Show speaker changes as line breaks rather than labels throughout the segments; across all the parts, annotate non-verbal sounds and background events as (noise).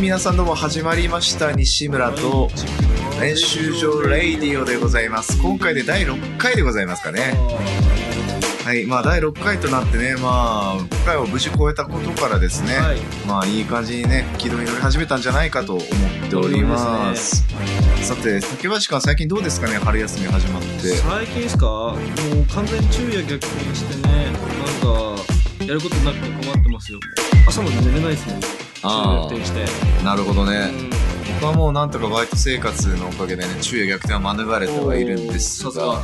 皆さんどうも始まりました西村と練習場レイディオでございます今回で第6回でございますかねはいまあ第6回となってねまあ6回を無事超えたことからですね、
はい
まあいい感じにね軌道に乗り始めたんじゃないかと思っておりますさて竹林君は最近どうですかね春休み始まって
最近ですかもう完全に昼夜逆転してねなんかやることなくて困ってますよ朝まで寝れないですね昼夜
あ
逆転して
あなるほどね
うん
僕はもうなんとかバイト生活のおかげでね昼夜逆転は免れてはいるんです
おーさす
が
が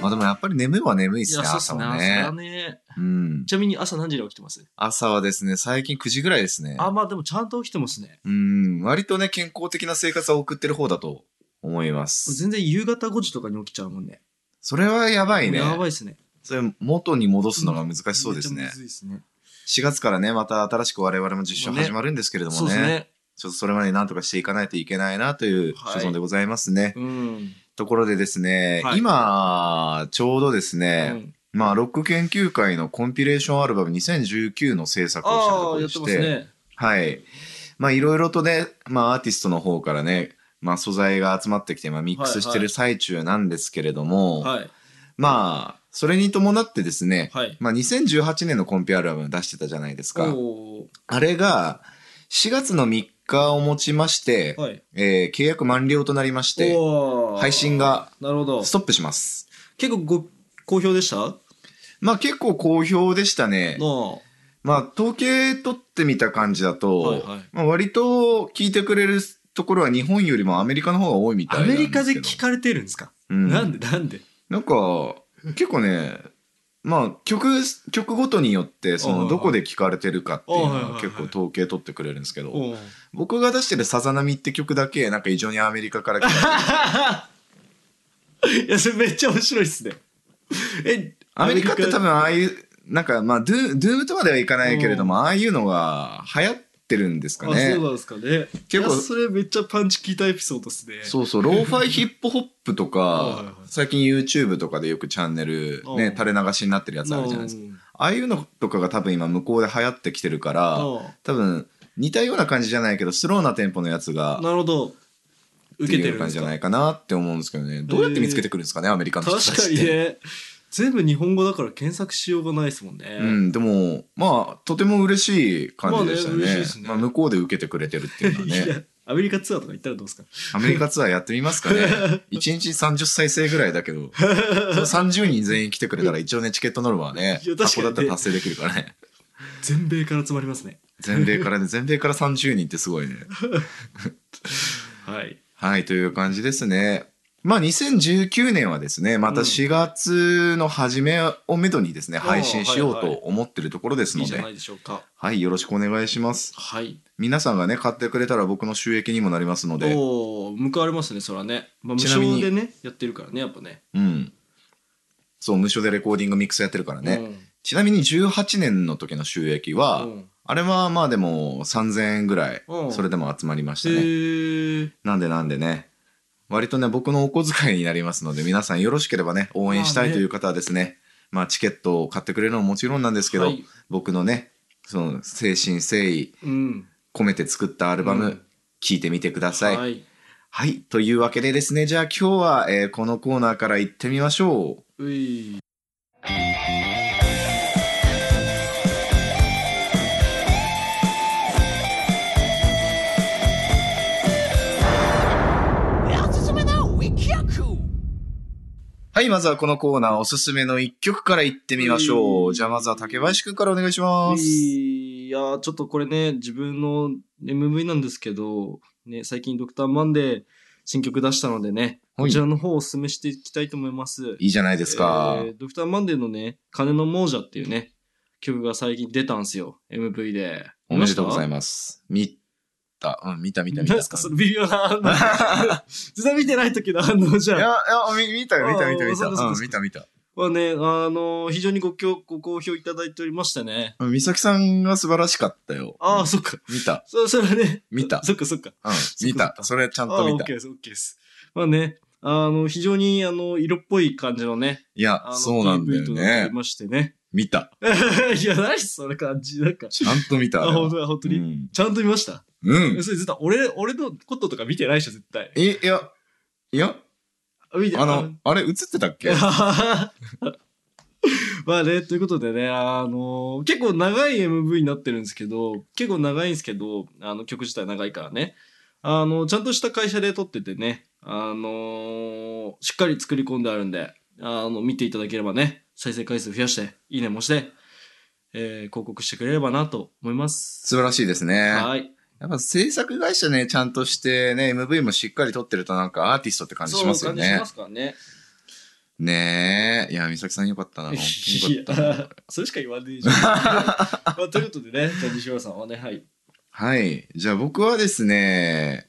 まあでもやっぱり眠いは眠いっ
い
す
や
ね
そうっ
朝
すね
も
朝
ね
だね
うん
ちなみに朝何時に起きてます
朝はですね最近9時ぐらいですね
あまあでもちゃんと起きてますね
うん割とね健康的な生活を送ってる方だと思います
全然夕方5時とかに起きちゃうもんね
それはやばいね
やばいですね
それ元に戻すのが難しそうです
めっち
ね
ゃむずいっすね
4月からねまた新しく我々も実証始まるんですけれども
そうで
ね
すね
ちょっとそれまでになんとかしていかないといけないなという
はい
所存でございますね、
うん
ところでですね、
はい
今ちょうどです
う
ね、
ん
まあロック研究会のコンピレーションアルバム2019の制作をしたとこ
ああ
ろ
や
で
って
し
ま
て
すね
はい。まあいろいろとね、まあアーティストの方からね、まあ素材が集まってきて、まあミックスしてる最中なんですけれども、
はい
まあそれに伴ってですね、
はい
まあ2018年のコンピアルバム出してたじゃないですか。
お
あれが4月の3日をもちまして、
ーはい
えー契約満了となりまして、
おー
配信が
なるほど
ストップします。
結構ご好評でしたな
まあ結構好評でしたね。
あ
まあ統計取ってみた感じだと、
はいはい
まあ、割と聞いてくれるところは日本よりもアメリカの方が多いみたい
ア
なんで
メ
すけど
リカで聞かれてるんですか、
うん、
なんでなんで
なんか結構ねまあ曲曲ごとによってそ
おうおうお
の
う
どこで聞かれてるかっていうの
おうおうおうお
は
う
結構統計取ってくれるんですけど
おう
僕が出してる「さざ波」って曲だけなんか異常にアメリカから
(laughs)
来た
(laughs) いやそれめっちゃ面白いっすねえ
アメリカって多分ああいうなんかまあドゥドゥームとまではいかないけれどもああいうのが流行ってるんですか
あ
ね
そうなんですかね
結
結
構
構それめっちゃパンチ効いたエピソードっすね
そうそう、ローファイヒップホップと
はいはいは
か、
い
最近 YouTube とかでよくチャンネル、
う
ね、
ん
垂れ流しになってるやつあるじゃないですか。ああいうのとかが多分今向こうで流行ってきてるから、
うん
多分似たような感じじゃないけど、スローなテンポのやつが、
なるほど受け
っ
て
ていう
る
感
んで
じじ
す
ゃ
か
ないかなって思うんですけどね。どうやって見つけてくるんですかね、アメリカの人たちっ
確
て。
かにね全部日本語だから検索しようがないですもんね、
うん、でも、まあ、とても嬉しい感じでしたね。
ま
まあ
あね嬉しいですね
向こうで受けてくれてるっていうのは
い
ね。
やアメリカツアーとか行ったらどうですか
アメリカツアーやってみますかね。1日30再生ぐらいだけど、その30人全員来てくれ
(laughs)
たら一応ね、チケットノルマはね、
いや確かにね
箱だったら達成できるからね。
全米から集まりますね
全米
(laughs)
からね、全米から30人ってすごいね。
はい
はい、という感じですね。まあ、2019年はですね、また
うん
4月の初めをめどにですね、
あー
配信しよう
はい
と
はい
思ってるところです
い
の
いじ
で、
ゃ
は、
ないいでしょうか
よろしくお願いします。
はい
皆さんがね、買ってくれたら僕の収益にもなりますので、
おおー報われますねそらね、まあ、無
ちなみに
償でねやってるからねやっぱね
うん。そう、無償でレコーディングミックスやってるからね。ちなみに18年の時の収益
う
は、
んうん
あれはまあでも3000円ぐらい
うん
それでも集まりましたね。
へえ
なんでなんでね。割とね、僕のお小遣いになりますので、皆さんよろしければね、応援したいという方はですね、まあチケットを買ってくれるのももちろんなんですけど、
はい
僕のね、その誠心誠意
うん
込めて作ったアルバム、
うん
聞いてみてください。はい、
いう
というわけでですね、じゃあ今日は、えーこのコーナーから行ってみましょう。
い
はい、まずはこのコーナーおすすめの一曲から行ってみましょう。
うん
じゃあまずは竹林くんからお願いします。
いやーちょっとこれね自分の MV なんですけど、ね、最近「ドクターマンデー新曲出したのでね
は
こ
い
ちらの方をお勧めしていきたいと思います。
いいじゃないですか。
えードクターマンデーのね「金の亡者」っていうね曲が最近出たんすよ MV で。
おめでとうござい
ま
ます。見た、うん、見た見た見た。
何ですかその微妙な反応。
(laughs)
実は見てない時の反応じ
いや、い
ゃん。
や、み見たよ、見た
あー
見た見た。
そうですそ
う
うで
ん、
す
見た見た。
まあね、あの非常にご協ご好評いただいておりましてね。
うん美咲さんが素晴らしかったよ。
ああ、
うん
そっか。
見た。
そ、それはね。
見た
そっかそっか。
うん、
そ
見
っか
た。それちゃん
あ
と見
オッ
た
ケー。です、オッケーです。まあね、あの、非常に、あの、色っぽい感じのね、
いや
あ、の
そうなんだ
PV
よ
となってお
ね
り。ましてね。 (laughs)
見た。
いや、何それ感じ、なんか。
ちゃんと見た。
あ、
あれは
本当だ、本当
う
に。
ん
ちゃんと見ました
うん。
それ絶対俺、俺のこととか見てないでしょ、絶対。
いいや、いや、
見て
あの、あれ映ってたっけ
(laughs) まあね、ということでね、あの結構長い MV になってるんですけど、結構長いんですけど、あの、曲自体長いからね。あの、ちゃんとした会社で撮っててね、あのしっかり作り込んであるんで、あの、見ていただければね、再生回数増やして、いいねもして、えー広告してくれればなと思います。
素晴らしいですね。
はい。
やっぱ制作会社ね、ちゃんとしてね、MV もしっかり撮ってるとなんかアーティストって感じしますよ
そう感じし
ね
ま。すからね。
ねえ。いや、美咲さんよかったな。本当に
(laughs) い
よかったな
や、それしか言わねえじゃん。 (laughs) まあ、ということでね、じゃあ西村さんはね、はい。
はい。じゃあ僕はですね、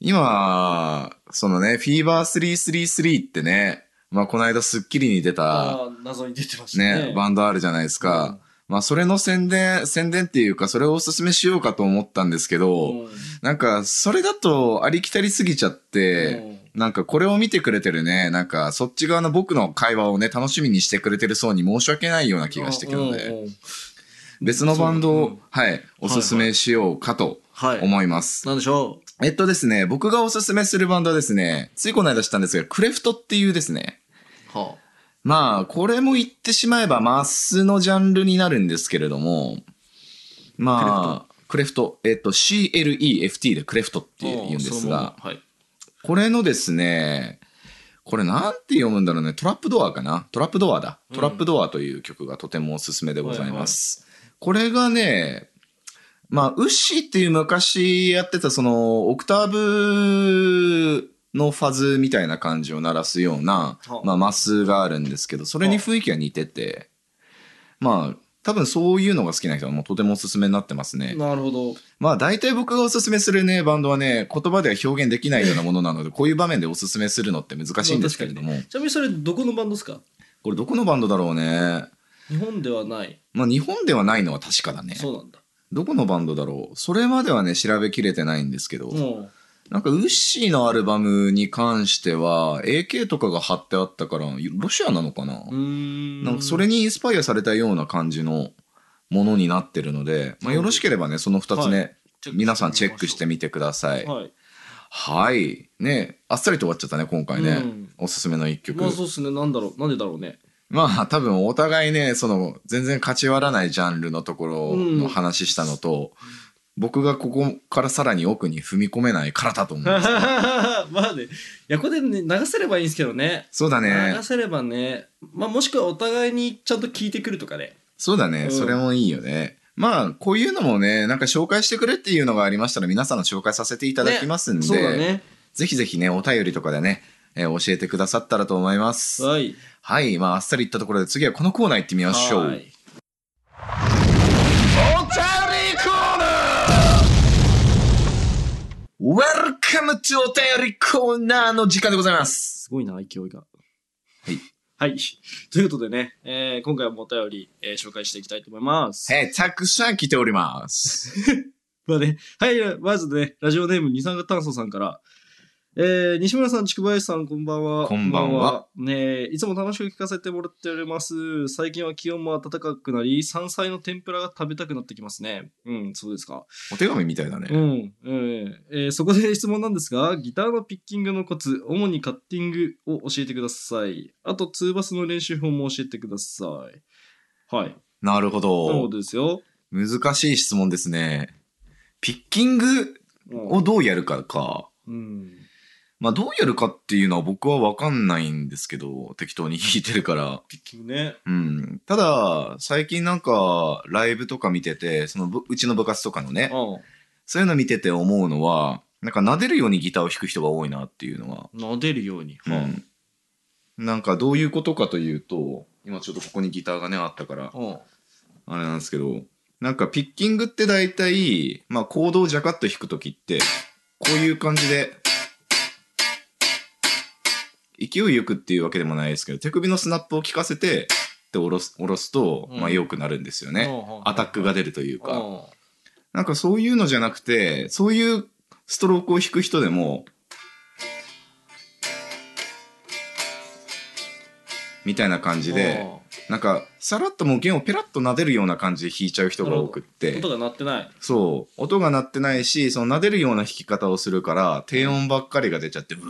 今、そのね、フィーバー333ってね、まあこの間スッキリに出た、
あー謎に出てましたね。
ね、バンドあるじゃないですか。まあそれの宣伝、宣伝っていうか、それをおすすめしようかと思ったんですけ
うん、
ど、
うん
なんかそれだとありきたりすぎちゃって、なんかこれを見てくれてるね、なんかそっち側の僕の会話をね、楽しみにしてくれてるそうに申し訳ないような気がしてきたの
うん
で、
うんうん
別のバンド
そう
を、はい、おすすめしようかと
はい。
思います。
なんでしょ
えっとですね、僕がおすすめするバンドはですね、ついこの間したんですが、クレフトっていうですね、
う。は
まあ、これも言ってしまえばマスのジャンルになるんですけれども、まあ、クレフト、えっと、CLEFT でクレフトって言うんですが、。
そのままはい。
これのですね、これなんて読むんだろうね、トラップドアかなトラップドアだ。
うん
トラップドアという曲がとてもおすすめでございます。これがね、まあ、ウッシーっていう昔やってたその、オクターブのファズみたいな感じを鳴らすような
は、あ
まあ、マスがあるんですけど、それに雰囲気が似てて、まあ、多分そういうのが好きな人はもうとてもおすすめになってますね。
なるほど。
まあ大体僕がおすすめするね、バンドはね、言葉では表現できないようなものなの
(laughs)
で、こういう場面でおすすめするのって難しいんですけれども、
ちなみにそれ、どこのバンドですか
これどこのバンドだろうね。
日本ではない。
まあ日本ではないのは確かだね。
そうなんだ。
どこのバンドだろうそれまではね、調べきれてないんですけど、
うん。
なんかウッシーのアルバムに関しては、AK とかが貼ってあったから、ロシアなのかな、
うーん。
なんかそれにインスパイアされたような感じのものになってるので、まあよろしければね、その2つね、
チェックしてみ
皆
ましょう、
さんチェックしてみてください。
はい。
はい。ねあっさりと終わっちゃったね、今回ね。
うん
おすすめの一曲。
まあそうですね、なんだろう、なんでだろうね。
まあ、多分お互いね、その、全然勝ち割らないジャンルのところの話したのと、僕がここからさらに奥に踏み込めないからだと思う。
(laughs) まあね、いや、これで、ね、流せればいいんですけどね。
そうだね
流。せればね、まあ、もしくはお互いにちゃんと聞いてくるとかね。
そうだね。
うん
それもいいよね。まあ、こういうのもね、なんか紹介してくれっていうのがありましたら、皆さんの紹介させていただきますんで、
そうだね。
ぜひぜひね、お便りとかでね、えー教えてくださったらと思います。
はい。
はい。まあ、あっさり言ったところで、次はこのコーナー行ってみましょう。
はい
お便りコーナー !Welcome to お便りコーナーの時間でございます。
すごいな、勢いが。
はい。
はい。ということでね、えー今回もお便り、えー紹介していきたいと思います。
えー、たくさん来ており
(laughs)
ます。
まあね、はい、まずね、ラジオネーム二酸化炭素さんから、えー、西村さん、竹林さん、こんばんは。
こんばんは
こんばんは。ねえいつも楽しく聞かせてもらっております。最近は気温も暖かくなり、山菜の天ぷらが食べたくなってきますね。うん、そうですか。
お手紙みたいだ
う
ね。
ん、うんえーそこで質問なんですが、ギターのピッキングのコツ、主にカッティングを教えてください。あと、ツーバスの練習法も教えてください。はい。
なるほ
なるほ
ど。
どですよ。
難しい質問ですね。ピッキング
うん
をどうやるかか。
うん。
まあ、どうやるかっていうのは僕はわかんないんですけど、適当に弾いてるから。
ピッキングね。
うん。ただ、最近なんか、ライブとか見てて、そのぶ、うちの部活とかのね、
う
そういうの見てて思うのは、なんか撫でるようにギターを弾く人が多いなっていうのは。
ん。撫でるように。
なんかどういうことかというと、今ちょっとここにギターがね、あったから、
うん。
あれなんですけど、なんかピッキングって大体、まあコードをジャカッと弾くときって、こういう感じで、勢いよくっていうわけでもないですけど、手首のスナップを効かせて、って下ろす、下ろすと、
うん
まあ良くなるんですよね。
ね
アタックが出るというか。
うん
なんかそういうのじゃなくて、そういうストロークを弾く人でも、みたいな感じで、なんかさらっともう弦をペラッと撫でるような感じで弾いちゃう人が多くって
音が鳴ってない。
そう音が鳴ってないしその撫でるような弾き方をするから低音ばっかりが出ちゃってブ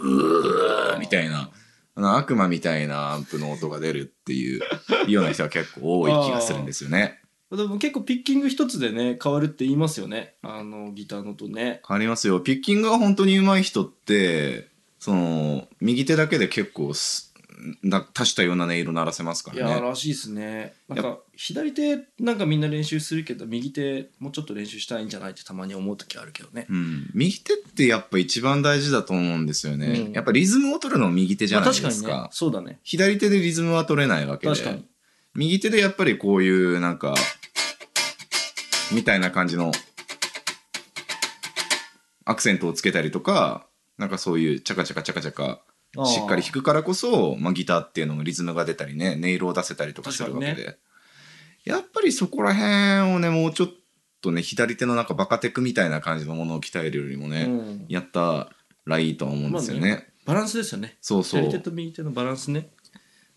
ーみたいなあの悪魔みたいなアンプの音が出るっていうような人が結構多い気がするんですよね。
でも結構ピッキング一つでね、変わるって言いますよね。あの、ギターの音ね。
変わりますよピッキングが本当に上手い人ってその右手だけで結構すな足したような音色鳴らせますか
い
ら
やー、
ね。
らしいですね。なん
や
か、左手なんかみんな練習するけど、右手もうちょっと練習したいんじゃないってたまに思う時あるけどね。
うん、右手ってやっぱ一番大事だと思うんですよね、
うん
やっぱリズムを取るのは右手じゃ
まあ
ない
確か
で
に
すか,、
ね。そうだね。
左手でリズムは取れないわけで
確かに。
右手でやっぱりこういうなんかみたいな感じのアクセントをつけたりとかなんかそういうチャカチャカチャカチャカ
あー
しっかり弾くからこそ、まあ、ギターっていうのもリズムが出たりね音色を出せたりとかするわけ
確か
で、やっぱりそこら辺をねもうちょっとね左手のなんかバカテクみたいな感じのものを鍛えるよりもね、
うん
やったらいいとは思うんですよね。
まあバランスですよね。
そうそう
左手と右手のバランスね。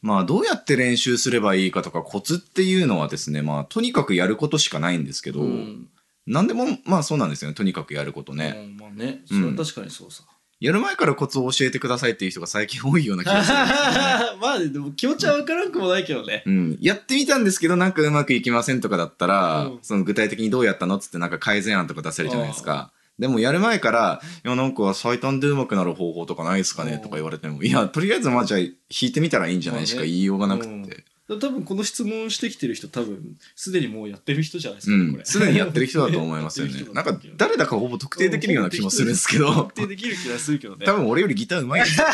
まあどうやって練習すればいいかとかコツっていうのはですねまあとにかくやることしかないんですけど、
うん
何でもまあそうなんですよねとにかくやることね、
うんまあね、それは確かにそうさ。 (laughs)
やる前からコツを教えてくださいっていう人が最近多いような気がするんですよ
(laughs)
ね
まあ、でも気持ちは分からんくもないけどね。
うん、やってみたんですけどなんかうまくいきませんとかだったら、
うん
その具体的にどうやったのっつってなんか改善案とか出せるじゃないですかでもやる前から「いやなんか最短でうまくなる方法とかないですか
う
ね
ん」
とか言われても「いやとりあえずまあじゃあ弾いてみたらいいんじゃない?」しか言いようがなく
まあね
て
多分この質問してきてる人多分すでにもうやってる人じゃないです
う
か、
ん
これ
すで、にやってる人だと思いますよ
(laughs)
ねなんか誰だかほぼ特定できるような気もするんですけど
特定できる気がするけどね
多分俺よりギターうまい
(laughs)
ですよ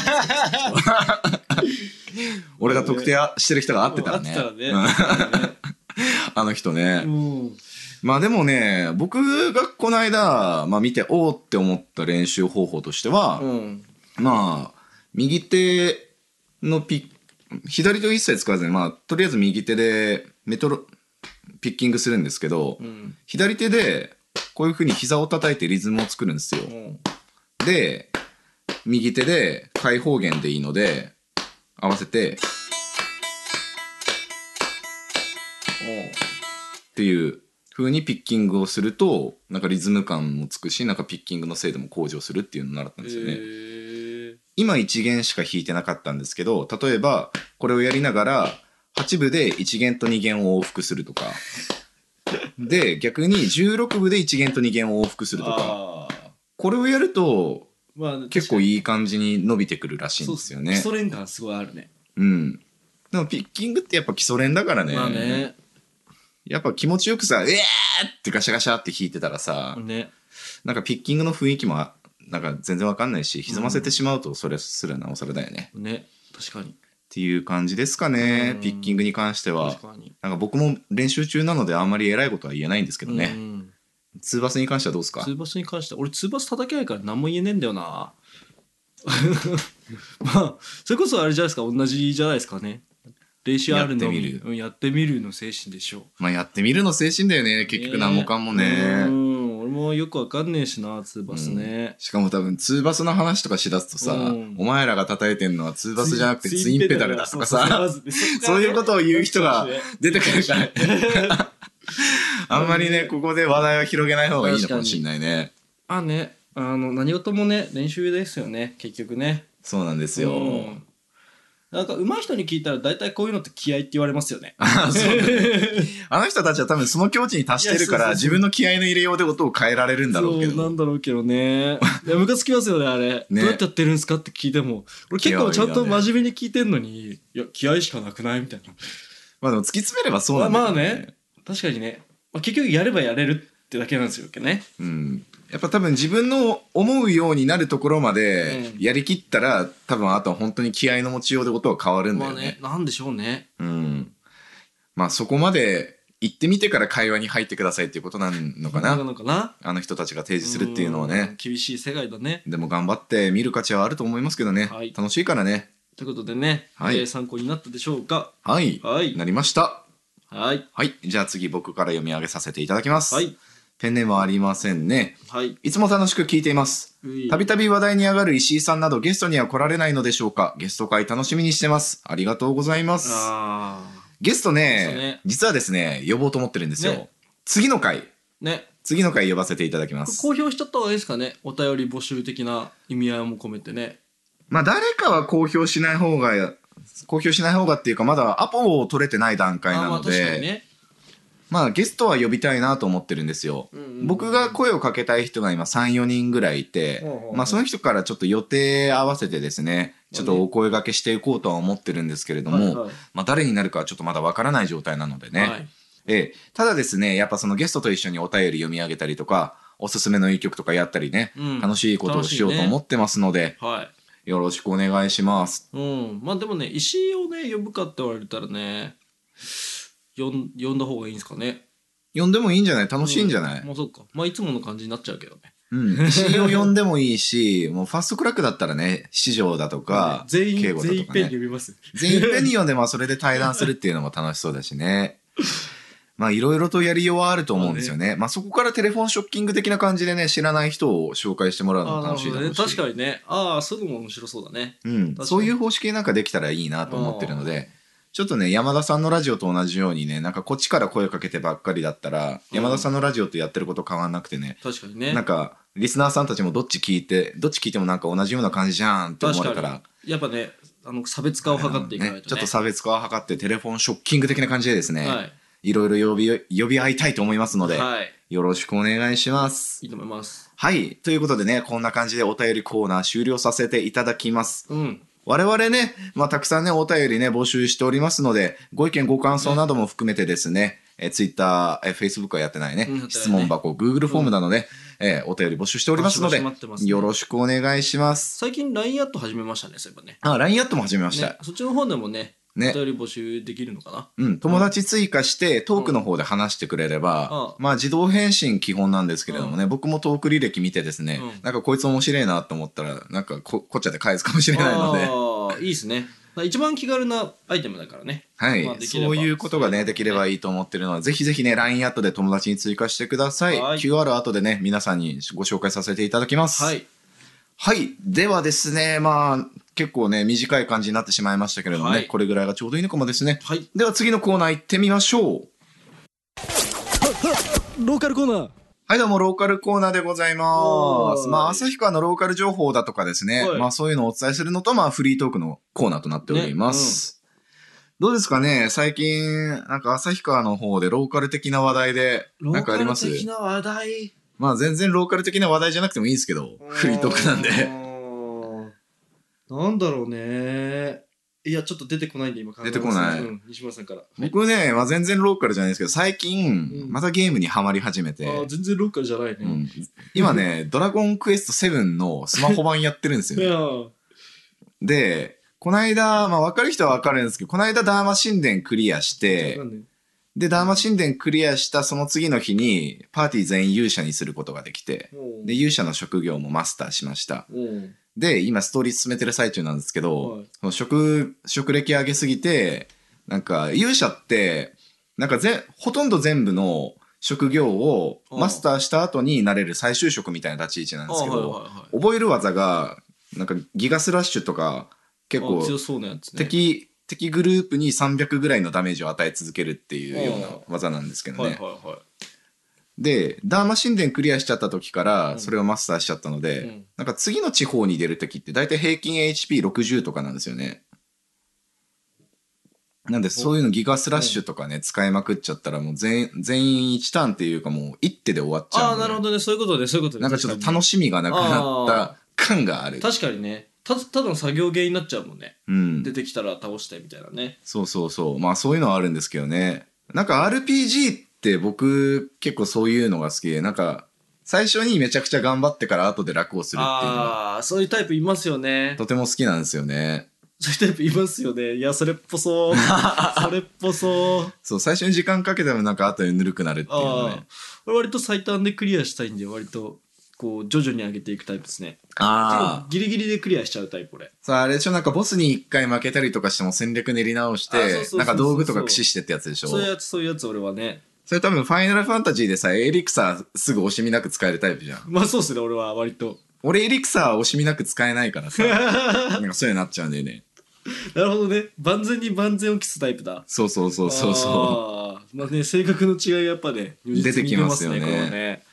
俺が特定してる人が合ってたらね
うん
うん
合ってたらね
(laughs) あの人ね、
うん
まあでもね、僕がこの間、まあ見て、おーって思った練習方法としては、
うん
まあ、右手のピッ、左手を一切使わずに、まあ、とりあえず右手でメトロ、ピッキングするんですけど、
うん
左手で、こういう風に膝を叩いてリズムを作るんですよ
う。ん
で、右手で開放弦でいいので、合わせて、っていう風にピッキングをするとなんかリズム感もつくしなんかピッキングの精度も向上するっていうのを習ったんですよね、
え
今1弦しか弾いてなかったんですけど例えばこれをやりながら8部で1弦と2弦を往復するとかで逆に16部で1弦と2弦を往復するとか
ああ
これをやると
まあ
結構
い
いい感じに伸びてくるらしいんですよね
基礎連感すごいあるね
うんでもピッキングってやっぱ基礎練だからね,、
まあね
やっぱ気持ちよくさ「ええー!」ってガシャガシャって弾いてたらさ、
ね
なんかピッキングの雰囲気もあなんか全然わかんないし歪ませてしまうとそれすらなおさらだよね、っ
ね確かに
ていう感じですかね、
うん
ピッキングに関しては
確かに
なんか僕も練習中なのであんまり偉いことは言えないんですけど
う
ね、
ん
ツーバスに関してはどうですか
ツーバスに関しては俺ツーバス叩けないから何も言えねえんだよな (laughs) まあそれこそあれじゃないですか同じじゃないですかね練習あるの
やってみる
うんやってみるの精神でしょう
まあやってみるの精神だよね結局何もかんもね、
うん俺もよくわかんねえしなツーバスね、
しかも多分ツーバスの話とかしだすとさ、
うん
お前らが叩いてんのはツーバスじゃなくてツインペダルだとか
そ
さ
うそうそうそう
(laughs) そういうことを言う人が出てくるからあんまりねここで話題を広げない方がいいのかもしれないね
あねあの何事もね練習ですよね結局ね
そうなんですよ、
うんなんか上手い人に聞いたら大体こういうのって気合いって言われますよね
あ
(laughs)
そうだあの人たちは多分その境地に達してるか
い
ら
やそうそうそう
自分の気合の入れようで音を変えられるんだろうけ
そうな
ど
んだろうけどね。いや、ムカつきますよね、あれ。
ね
どうやってやってるんですかって聞いても。俺結構ちゃんと
気合いがね
真面目に聞いてんのに、いや、気合いしかなくないみたいな。
まあでも突き詰めればそうなんだ
まあ
けど
まあね、確かにね。まあ、結局やればやれるってだけなんですよ、ね。
うん、やっぱ多分自分の思うようになるところまで
うん
やりきったら多分あとは本当に気合の持ちようで音は変わるんだ
まあ
よ
ね
ね、、
なんでしょうね。
うん、まあそこまで行ってみてから会話に入ってくださいっていうことなのか
な
な
のかな。
あの人たちが提示するっていうのは
うん
ね
厳しい世界だね。
でも頑張って見る価値はあると思いますけどね、
はい
楽しいからね
ということでね、
はい
えー参考になったでしょうか。
はい、
はい。
なりました
はい。
はい。じゃあ次僕から読み上げさせていただきます。
はい。
ペンネームありませんね。
はい。
いつも楽しく聞いています。たびたび話題に上がる石井さんなどゲストには来られないのでしょうかゲスト会楽しみにしてます。ありがとうございます。
ああ。
ゲスト
そうね
ね、実はですね、呼ぼうと思ってるんですよ
ね。
次の回、
ね。
次の回呼ばせていただきま
これ
す。
公表しちゃった方がいいですかね。お便り募集的な意味合いも込めてね。
まあ、誰かは公表しない方が、公表しない方がっていうか、まだアポを取れてない段階
あ
な
まあ
の
確か
で、
にね。
まあ、ゲストは呼びたいなと思ってるんですよ。
うんうん
僕が声をかけたい人が今3、4人ぐらいいて
ほうほうほ、う
まあ、その人からちょっと予定合わせてですね、ちょっとお声掛けしていこうとは思ってるんですけれど
はいは
も
い、
まあ、誰になるかはちょっとまだわからない状態なのでね。
はい
ええ、ただですね、やっぱそのゲストと一緒にお便り読み上げたりとか、おすすめの一曲とかやったりね、
うん
楽しいことをしようと思ってますので、
はい。
よろしくお願いします。
うん。まあでもね、石井をね、呼ぶかって言われたらね、呼ん呼んだ方がいいんですかね。
呼んでもいいんじゃない楽しいんじゃない、
まあそっか。まあいつもの感じになっちゃうけどね。
(laughs) うん。石井を呼んでもいいし、もうファストクラックだったらね、七条だとか、
全員、
敬語だ
全員
と
ペ
か
ンに
ね
呼。びます。
全員ペンに呼んで、まあそれで対談するっていうのも楽しそうだし (laughs) ね。まあいろいろとやりようはあると思うんですよね。まあそこからテレフォンショッキング的な感じでね、知らない人を紹介してもらうの
あ
も
なる
楽し
ほ
いだ
ど
ろ
ね。
うし。
確かにね。ああ、そういうのも面白そうだね。
うん、
かに
そういう方式なんかできたらいいなと思ってるので、ちょっとね、山田さんのラジオと同じようにね、なんかこっちから声かけてばっかりだったら、
うん
山田さんのラジオとやってること変わんなくてね、
確かにね。
なんか、リスナーさんたちもどっち聞いて、どっち聞いてもなんか同じような感じじゃんって思われ
確
た
からに、。やっぱね、あの、差別化を図っていかないとね。
ちょっと差別化を図って、テレフォンショッキング的な感じでですね、
はい。
い、ろいろ呼び、呼び合いたいと思いますので、
はい。
よろしくお願いします。
いいと思います。
はい。ということでね、こんな感じでお便りコーナー終了させていただきます。
うん。
我々ね、まあ、たくさんね、お便りね、募集しておりますので、ご意見、ご感想なども含めてですね、え、ツイッター、え、Facebook はやってないね、
うんやってないね
質問箱、Google フォームなどで、えーお便り募集しておりますので、
バシバシ待ってますね
よろしくお願いします。
最近 LINE アット始めましたね、そういえばね。
あ、LINE アットも始めました。
ねそっちの方でもね、
ね
お便り募集できるのかな。
うん、友達追加してトークの方で話してくれれば、
う
まあ自動返信基本なんですけれどもね、僕もトーク履歴見てですね、
うん
なんかこいつ面白いなと思ったら、なんかここっちゃで返すかもしれないので、
ああ、いいですね。一番気軽なアイテムだからね。
はい、
まあできれば
そういうことがね、できれば
い。
いいと思ってるのは、ぜひぜひね、LINE アットで友達に追加してください。
はい
QR アートでね、皆さんにご紹介させていただきます。
は。い。
はい。ではですね、まあ、結構ね、短い感じになってしまいましたけれどもね、
はい
これぐらいがちょうどいいのかもですね。
はい。
では次のコーナー行ってみましょう。
ローカルコーナー。
はい、どうも、ローカルコーナーでございま
は
す。
い
まあ、旭川のローカル情報だとかですね
は、い
まあ、そういうのをお伝えするのと、まあ、フリートークのコーナーとなっております。どうですかね最近、なんか旭川の方でローカル的な話題で、
ロ
なん
ー
か
カ
あり
ル
ます
的な話題。
まあ、全然ローカル的な話題じゃなくてもいいんですけど、フリートークなんで。
(laughs) あー。なんだろうね。いや、ちょっと出てこないんで今考えます
出てこない
うん西村さんから。
僕ね、まあ、全然ローカルじゃないですけど、最近
う、ん
またゲームにはまり始めて、
ああ、全然ローカルじゃないね。
うん今ね、ドラゴンクエスト7のスマホ版やってるんですよ
い
ね
や。ー
で、この間、まあ分かる人は分かるんですけど、この間ダーマ神殿クリアして
わか、んない
で、ダーマ神殿クリアしたその次の日に、パーティー全員勇者にすることができて、
おう
で、勇者の職業もマスターしました。
おう
で、今ストーリー進めてる最中なんですけど、
はい
その職、職歴上げすぎて、なんか勇者って、なんかぜ、ほとんど全部の職業をマスターした後になれる最終職みたいな立ち位置なんですけ
あー
ど、
はいはいはい
覚える技が、なんかギガスラッシュとか、結
あ
構
ー強そうなやつね。
敵、敵グループに300ぐらいのダメージを与え続けるっていうような技なんですけどね。
はいはいは
で、ダーマ神殿クリアしちゃった時から、
ん
それをマスターしちゃったので、
うん
なんか次の地方に出る時って、大体平均 HP60 とかなんですよね。なんで、そういうのギガスラッシュとかね、使いまくっちゃったら、もう全全員1ターンっていうか、もう一手で終わっち
い。
ゃ
あ
う
あ、なるほ
ど。
どね。そういうことで、そういうことで。
なんかちょっ
確
と
に
楽しみがなくなった感がある。
確かにね。たただの作業芸になっちゃうもんね。
うん
出。てきたら倒してみたいなね。
そうそうそう。まあそういうのはあるんですけどね。なんか RPG って僕結構そういうのが好きで、なんか最初にめちゃくちゃ頑張ってから後で楽をするっていうのが
ああ、そういうタイプいますよね。
とても好きなんですよね。
そういうタイプいますよね。いや、それっ
(laughs)
ぽそう。それっぽそう。
そう、最初に時間かけてもなんか後でぬるくなるっていうの
ああ
ね。。
俺割と最短でクリアしたいんで、割と、こう、徐々に上げていくタイプですね。
ああ。
ギリギリでクリアしちゃうタイプ、俺。
そう、あれでしょ、なんかボスに一回負けたりとかしても戦略練り直し
あそうそうそう
て
そ、う
なんか道具とか駆使してってやつでしょ。
そういうやつ、そういうやつ、俺はね。
それ多分ファイナルファンタジーでさ、エリクサーすぐ惜しみなく使えるタイプじゃん。
まあ、そうっすね、俺は割と。 (laughs)
俺エリクサー惜しみなく使えないからさ、なんかそういうのになっちゃうんだよね。
なるほどね。万全に万全を期すタイプだ。
そうそうそうそうそう。
う。まあね、性格の違いがやっぱね、如実に
出てきますよね
出これはね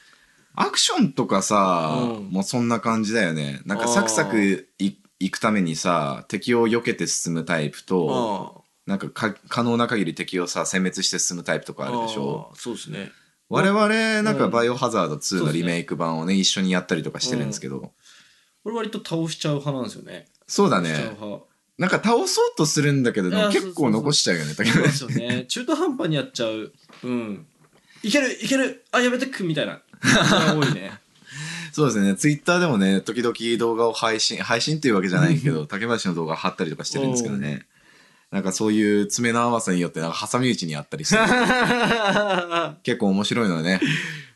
アクションとかさ、
うん
もうそんな感じだよね。なんかサクサクい行くためにさ、敵を避けて進むタイプと、なんかか可能な限り敵をさ、殲滅して進むタイプとかあるでしょ。
あーそうですね。
我々、なん
う
か
ん
バイオハザード2
そう
の
ですね
リメイク版をね、一緒にやったりとかしてるんですけど、
俺割と倒しちゃう派なんですよね。
そうだ
倒しちゃう
ね。
派。
なんか倒そうとするんだけど、で
い
も
や
結
そうそうそ
構
う
残しちゃうよね、だけ
そ
ど
う
ね
ですよ
(laughs)
ね。中途半端にやっちゃう。うん。いけるいけるあ、やめてくみたいな。多いね。
そうですね。ツイッターでもね、時々動画を配信、配信っていうわけじゃないけど、竹林の動画貼ったりとかしてるんですけどね。なんかそういう爪の合わせによって、なんか挟み撃ちにあったり
(laughs)
して、
ま
結構面白いのでね。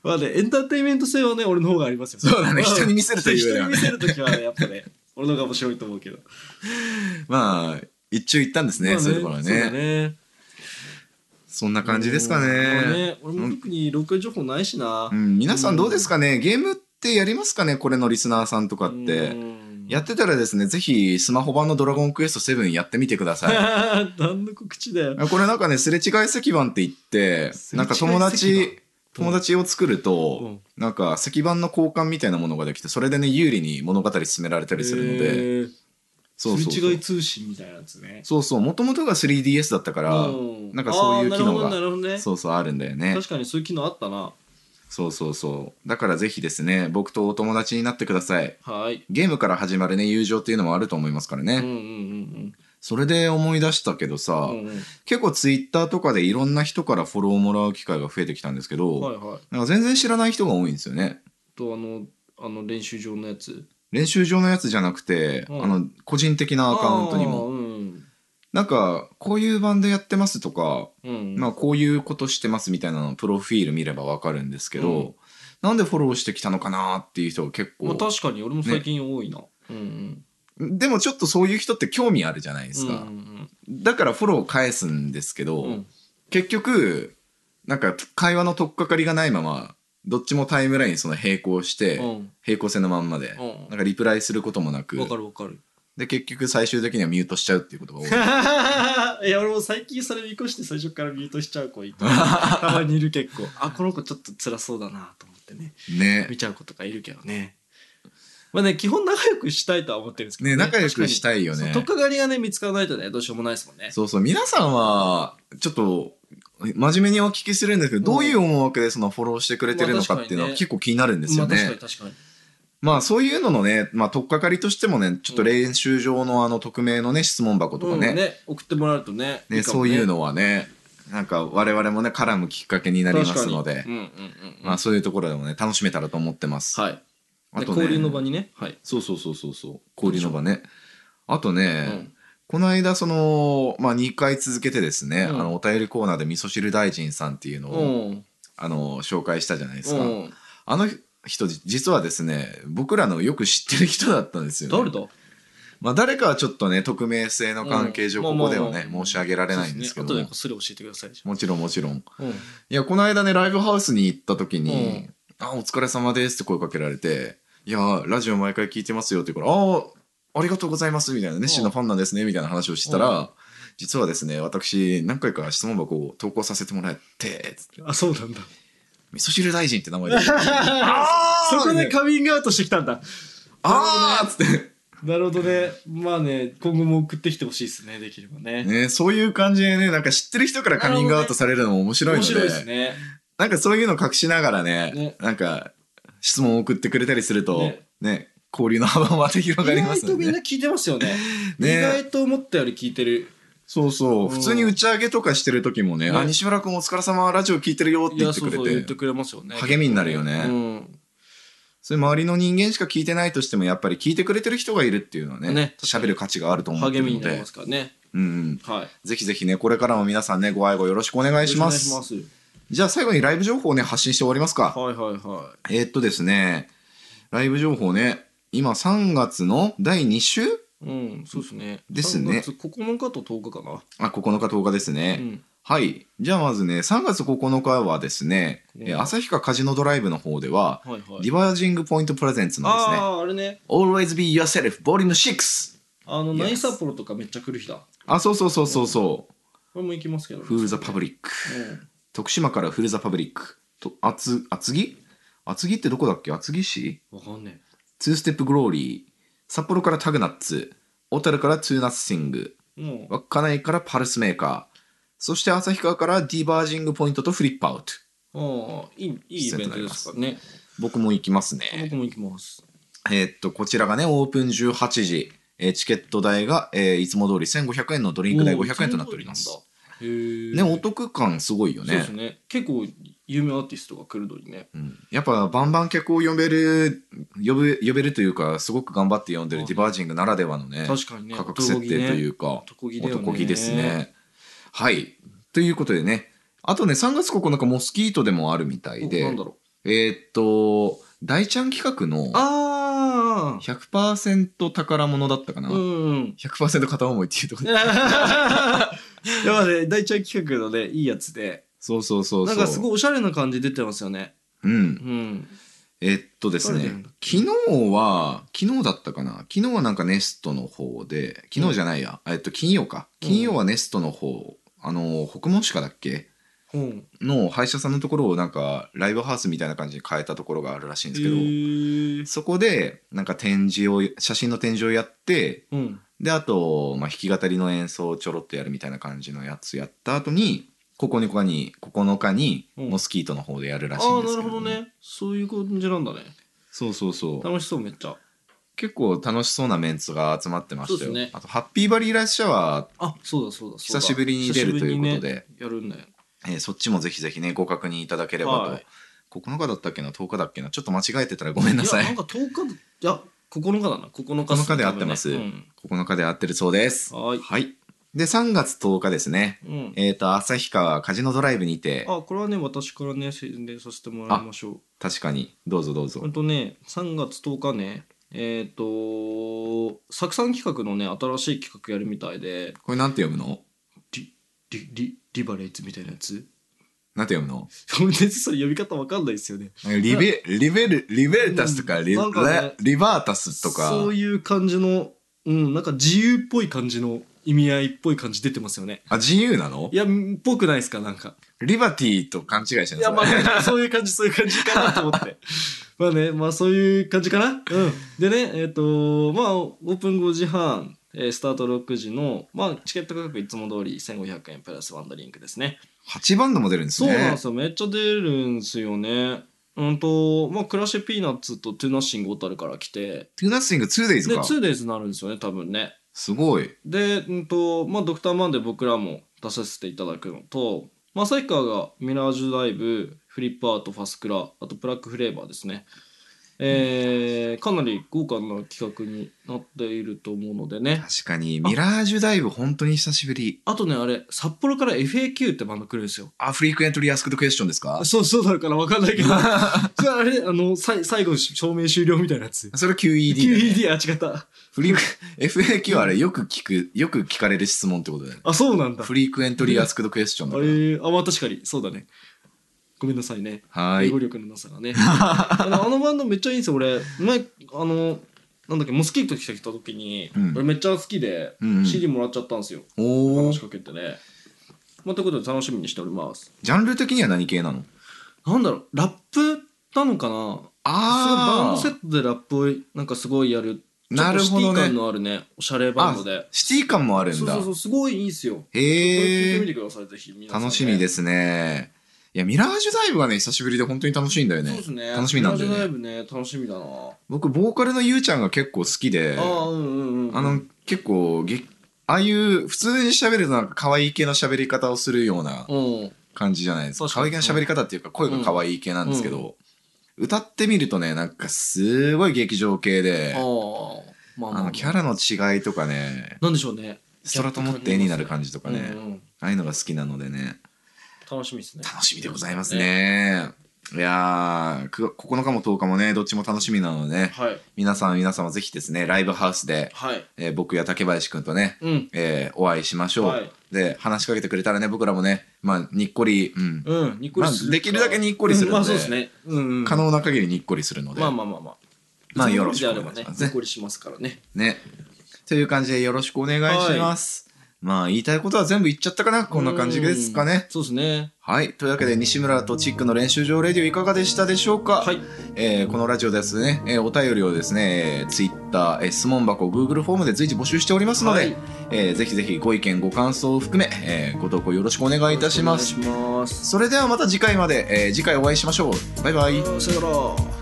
あね、エンターテインメント性はね、俺の方がありますよ。
そうだね
ん
人に見せるというより
人
は
に
ね
見せるときはね、やっぱね、俺の方が面白いと思うけど。
まあ、一中一短ですね、
まあ
そういうところは
そう
ね。
だね。
そんな感じですか
うん
ね。
俺も特にロッ情報ないしな
う。ん、皆さんどうですかねゲームってやりますかねこれのリスナーさんとかっ
う
て。
ん
やってたらですね、ぜひスマホ版のドラゴンクエスト7やってみてください。
(laughs) 何の告知だよ。
これなんかね、すれ違い石板って言って、
すれ違い石板
なんか友達、友達を作る
う
と
ん、
なんか石板の交換みたいなものができて、それでね、有利に物語進められたりするので、
へー
そうそう
す
そ
れ違
う
い。通信みたいなやつね。
そうそう、もともとが 3DS だったから、
うん
なんかそういう機能
あーなるほどな
が、
るほど
そうそうあるんだよ
ね。
ね。
確かにそういう機能あったな。
そうそうそう。だからぜひですね、僕とお友達になってください。
はい。
ゲームから始まるね、友情っていうのもあると思いますからね。
うんうん
それで思い出したけど
う
さ、
んうん。うん
結構 Twitter とかでいろんな人からフォローもらう機会が増えてきたんですけ
う
ど、
ん。はいはい。
なんか全然知らない人が多いんですよね。
とあのあの練習場のやつ。
練習場のやつじゃなくて、
うん
あの、個人的なアカウントに
あー
も。
うん
なんか、こういう版でやってますとか、
うん。
まあ、こういうことしてますみたいなの、プロフィール見ればわかるんですけど、
うん
なんでフォローしてきたのかなっていう人が結構、
まあ確かに俺も最近多いな。うんうん。
でもちょっとそういう人って興味あるじゃないです
うん
か。だからフォロー返すんですけど、
うんうん。
結局、なんか会話の取っかかりがないまま、どっちもタイムラインその並行して、
うん
平行線のまんまで、
うん
なんかリプライすることもなく、
わかるわか
(laughs)
る。
で、結局最終的にはミュートしちゃうっていうことが多い。
(laughs) いや俺も最近それ見越して最初からミュートしちゃう子いた (laughs) たまにいる結構あこの子ちょっと辛そうだなと思ってね
ね。
見ちゃう子とかいるけどねまあね基本仲良くしたいとは思ってるんですけど
ね、仲良くした
い
いよね。
とっかかりがね見つからないとねどうしようもないですもんね
そうそう、皆さんは、ちょっと、真面目にお聞きするんですけど、
うん
どういう思惑でそのフォローしてくれてるのか
まあ
っていうのは
確かにね
結構気になるんですよ
まあ、確か
ね
に。確かに
まあそういうののね、まあ取っかかりとしてもね、ちょっと練習場のあの匿名のね、質問箱とか
うん
ね、
ね送ってもらうとね
ね、
かも
そういうのはね、なんか我々もね、絡むきっかけになりますので
確か、にうんうんうん
まあそういうところでもね、楽しめたらと思ってます。
はい、
あ
で
とね、
交流の場にねはい、
そうそうそうそうそう、交流の場ね。あとね、
うん
この間、その、まあ、2回続けてですね、
うん
あの、お便りコーナーで味噌汁大臣さんっていうのを、
うん
あの、紹介したじゃないですか。
うん
あの人、実はですね、僕らのよく知ってる人だったんですよ、ね。
誰だ
まあ、誰かはちょっとね、匿名性の関係上、
うん
ここではね、
まあまあまあ
申し上げられないんですけど
そう
も、
ね後でこっそり教えてくださいじ
もちろんもちろん。
ゃん、うん
いや、この間ね、ライブハウスに行った時に、
う
あ、お疲れ様ですって声かけられて、いやー、ラジオ毎回聞いてますよって言うから、ああ、ありがとうございますみたいな、熱心なファンなんですねみたいな話をしてた
う
ら、実はですね、私、何回か質問箱を投稿させてもらって、つって
あそうなんだ
味噌汁大臣って名
(laughs)
前で、あ
そ
ー
こでカミングアウトしてきたんだ。
あーっつって、
なるほどね。まあね、今後も送ってきてほしいですね、できればね。
ね、そういう感じでね、なんか知ってる人からカミングアウトされるのも面白いの
面
で、
白いですね。
なんかそういうの隠しながらね、
ね
なんか質問を送ってくれたりすると、ね
ね、
交流の幅まで
意
広がりま
外
す
と
よ
みん
ね
な。聞いてますよね。
ね
意外と思ったより聞いてる。
そうそうう。
ん
普通に打ち上げとかしてる時もね、
ね
あ、西村君お疲れ様、ラジオ聞いてるよって
い
言
や、
って
そ
く
う
れ、
そう言っててくれますよね。
励みになるよ
う
ね。
ん。
それ周りの人間しか聞いてないとしても、やっぱり聞いてくれてる人がいるっていうのはね
ね、
喋る価値があると思って
励
る
み
の
になり
で
ま、すからね。
うんうん。
はい。
ぜひぜひね、これからも皆さんね、ご愛護よろしくお願いします。
よろしくお願いし
じゃあ最後にライブ情報をね、発信して終わります
ます
か。
はいはいは
えーっとですね、ライブ情報ね、今3月の第2週
い。うん、そうですね。
ですね
3月9日と10日かな。
あ、9日10日ですね。
うん。
はい。じゃあまずね、3月9日はですね、
うん
えー旭川カジノドライブの方では、
はいはい。
リバージングポイントプレゼンツのですね、
ああ、あれね。
Always Be Yourself Volume 6
あの、
Yes
ナイサポロとかめっちゃ来る日だ。
あ、そうそうそうそうそう。
これも行きますけどね。
フールザパブリック。
うん
徳島からフルザパブリックと厚厚木厚木ってどこだっけ厚木市
わかんね
ツーステップグローリー札幌からタグナッツ小樽からツーナッシング
え。もう、
稚内からパルスメーカーそして旭川からディバージングポイントとフリップアウト
ああ、いい、いいイベントですからね。
僕も行きますね
僕も行きます。
えーっとこちらがねオープン18時、えーチケット代が、えーいつも通り1500円のドリンク代
おー
500円となっております。
へえ。
ねお得感すごいよ
そう
ね
ですね。結構、有名アーティストが来るのにね。
うんやっぱバンバン客を呼べる呼べ呼べるというかすごく頑張って呼んでる
あ
ディバージングならではのね
確かにね。
価格設定というか
男気ね
男気です。ね。はいということでねあとね3月9日モスキートでもあるみた
お
い
な
で
んだろ
えーっと大ちゃん企画の
う。ああ。
100%宝物だったかな、
うん。
100%片思いっていう (laughs) とこ
やばいね、大ちゃん企画のね、いいやつで。
そうそうそうそ
な
うん
かすごいおしゃれな感じ出てますよね。
うん
うん。
えっとです
誰だ
ね
よ
昨日は昨日だったかな昨日はなんかネストの方で昨日じゃないや、えっと金曜か金曜はネストの方、あの北門歯科だっけ
うん。
の歯医者さんのところをなんかライブハウスみたいな感じに変えたところがあるらしいんですけど、
へえ
そこでなんか展示を写真の展示をやって
うん。
であと、まあ、弾き語りの演奏をちょろっとやるみたいな感じのやつやった後に9日に9日に
うん
モスキートの方でやるらしい
あ
ん
あ、
で
な
すけ
る
ど、
ほどね。そういう感じなんだね。
そうそうそう
楽しそう、めっちゃ。
結構楽しそうなメンツが集まってました
そう
よ、
ですね
あとハッピーバリーラッシャーは、
あ、そうだそうだそう
久
だ。
しぶりに出るということで
久しぶりにねやるんだよ。
えーそっちもぜひぜひねご確認いただければと、
はい
9日だったっけな10日だっけなちょっと間違えてたらごめんなさ
や、ないんか10日、いや、9日だな。9日っすね
9日で合ってます
多分ね
9日で合ってるそうです
うんはーい。
はいで3月10日ですね
うん。
えっ、と旭川カジノドライブにて
あ、これはね、私からね、宣伝させてもらいましょう。
確かにどうぞどうぞ
ほんとね、3月10日ね、えっ、と、作産企画のね、新しい企画やるみたいで、
これなんて読むの
リ、リ、リ、リバレイズみたいなやつ。 (laughs)
なんて読むの
ほんとにそれ呼び方わかんないですよね。
リベリベルリベルタスとかリ,ラ、
なんかね
リバータスとか
そういう感じの、うん、なんか自由っぽい感じの意味合いっぽい感じ出てますよね。
あ自由なの
いや、っぽくないですか、なんか。
リバティと勘違いして
い
る
や、
ん
ま
です
あ、そういう感じ、そういう感じかなと
(laughs)
思って。まあね、まあそういう感じかな。うん。でね、えっ、と、まあ、オープン5時半、えースタート6時の、まあ、チケット価格いつも通り1500円プラスワンドリンクですね。
8バンドも出るんです
そう
ね
なんですよ。めっちゃ出るんですよね。うんと、まあ、クラッシュピーナッツとトゥナッシングオタルから来て、
トゥーナッシング 2days
で、
か。
2days になるんですよね、多分ね。
すごい。
で、うんと、まあ、ドクターマンで僕らも出させていただくのと、まあ、旭川がミラージュライブ、フリップアート、ファスクラ、あとブラックフレーバーですね。えー、かなり豪華な企画になっていると思うのでね。
確かに、ミラージュダイブ本当に久しぶり。
あとね、あれ、札幌から FAQ ってバンド来るんですよ。
あ、フリークエントリーアスクドクエスチョンですか
そう、そうだからわかんないけど。じ (laughs) ゃあ、あれ、あの、さい最後、証明終了みたいなやつ。
それ QED だね、
QED、あ、違った。
フリーク、FAQ はあれよく聞く、よく聞かれる質問ってことだよね。
あ、そうなんだ。
フリークエントリーアスクドクエスチョン
あ
だから。
れ、あ、まあ確かに、そうだね。ごめんなさいね。
はー
英語
い。
力のなさがねあのあのバンドめっちゃいいんですよ俺前あのなんだっけモスキート来てきた時に、
うん
俺めっちゃ好きで、
うんうん
CD もらっちゃったんですよ
お
話し
ー
かけてねまあということで楽しみにしております
ジャンル的には何系なの
なんだろうラップなのかな
あ
すごいバンドセットでラップをなんかすごいやる
なるほどね
ちょっとシティ感のあるねおしゃれバンドで
シティ感もある
そ
ん
う
だ
そう。そうすごいいいですよこれ聞い
へ
てみ
ー
てくださいぜひ皆さんね
楽しみですね。いや、ミラージュダイブはね、久しぶりで本当に楽しいんだよ
そう
ね
です。ね
楽しみなんだよね
ライブね楽しみだな、
僕、ボーカルのゆうちゃんが結構好きで。
ああうんうんうん
あの、結構げ、ああいう、普通に喋るとなんか可愛い系の喋り方をするような
うん
感じじゃないですか。可
確か
愛
に
い系の喋り方っていうか、声が可愛い系なんですけど、歌ってみるとね、なんかすごい劇場系で、
ああ、まあまあ、
あの、キャラの違いとかね、
なんでしょうね。
ストラト持って絵になる感じとかね
う、んうん
ああいうのが好きなのでね、
楽しみですね。
楽しみでございますね。いやー、く9日も10日もね、どっちも楽しみなのでね、
はい。
皆さん皆様ぜひですね、ライブハウスで、
はい。
えー僕や竹林くんとね、
うん。
えーお会いしましょう、
はい
で話しかけてくれたらね僕らもねまあにっこり、うん
うん。にっこりする
まあできるだけにっこりするんで
うんまあそうですね。うん、うん。
可能な限りにっこりするので、
まあまあまあまあ。
まあ
別に
よろしくお願い
にっこりであれば
します
ね。
ね
にっこりしますからね。
ねという感じでよろしくお願いします。まあ、言いたいことは全部言っちゃったかなこんな感じですかね。
そうですね。
はい。というわけで、西村とチックの練習場レディオいかがでしたでしょうか
はい。
えーこのラジオですね、えーお便りをですね、えー Twitter、えー質問箱、Google フォームで随時募集しておりますので、
はい
えーぜひぜひご意見、ご感想を含め、えーご投稿よろしくお願いいたします。
お願いします。
それではまた次回まで、えー次回お会いしましょう。バイバイ。
さよなら。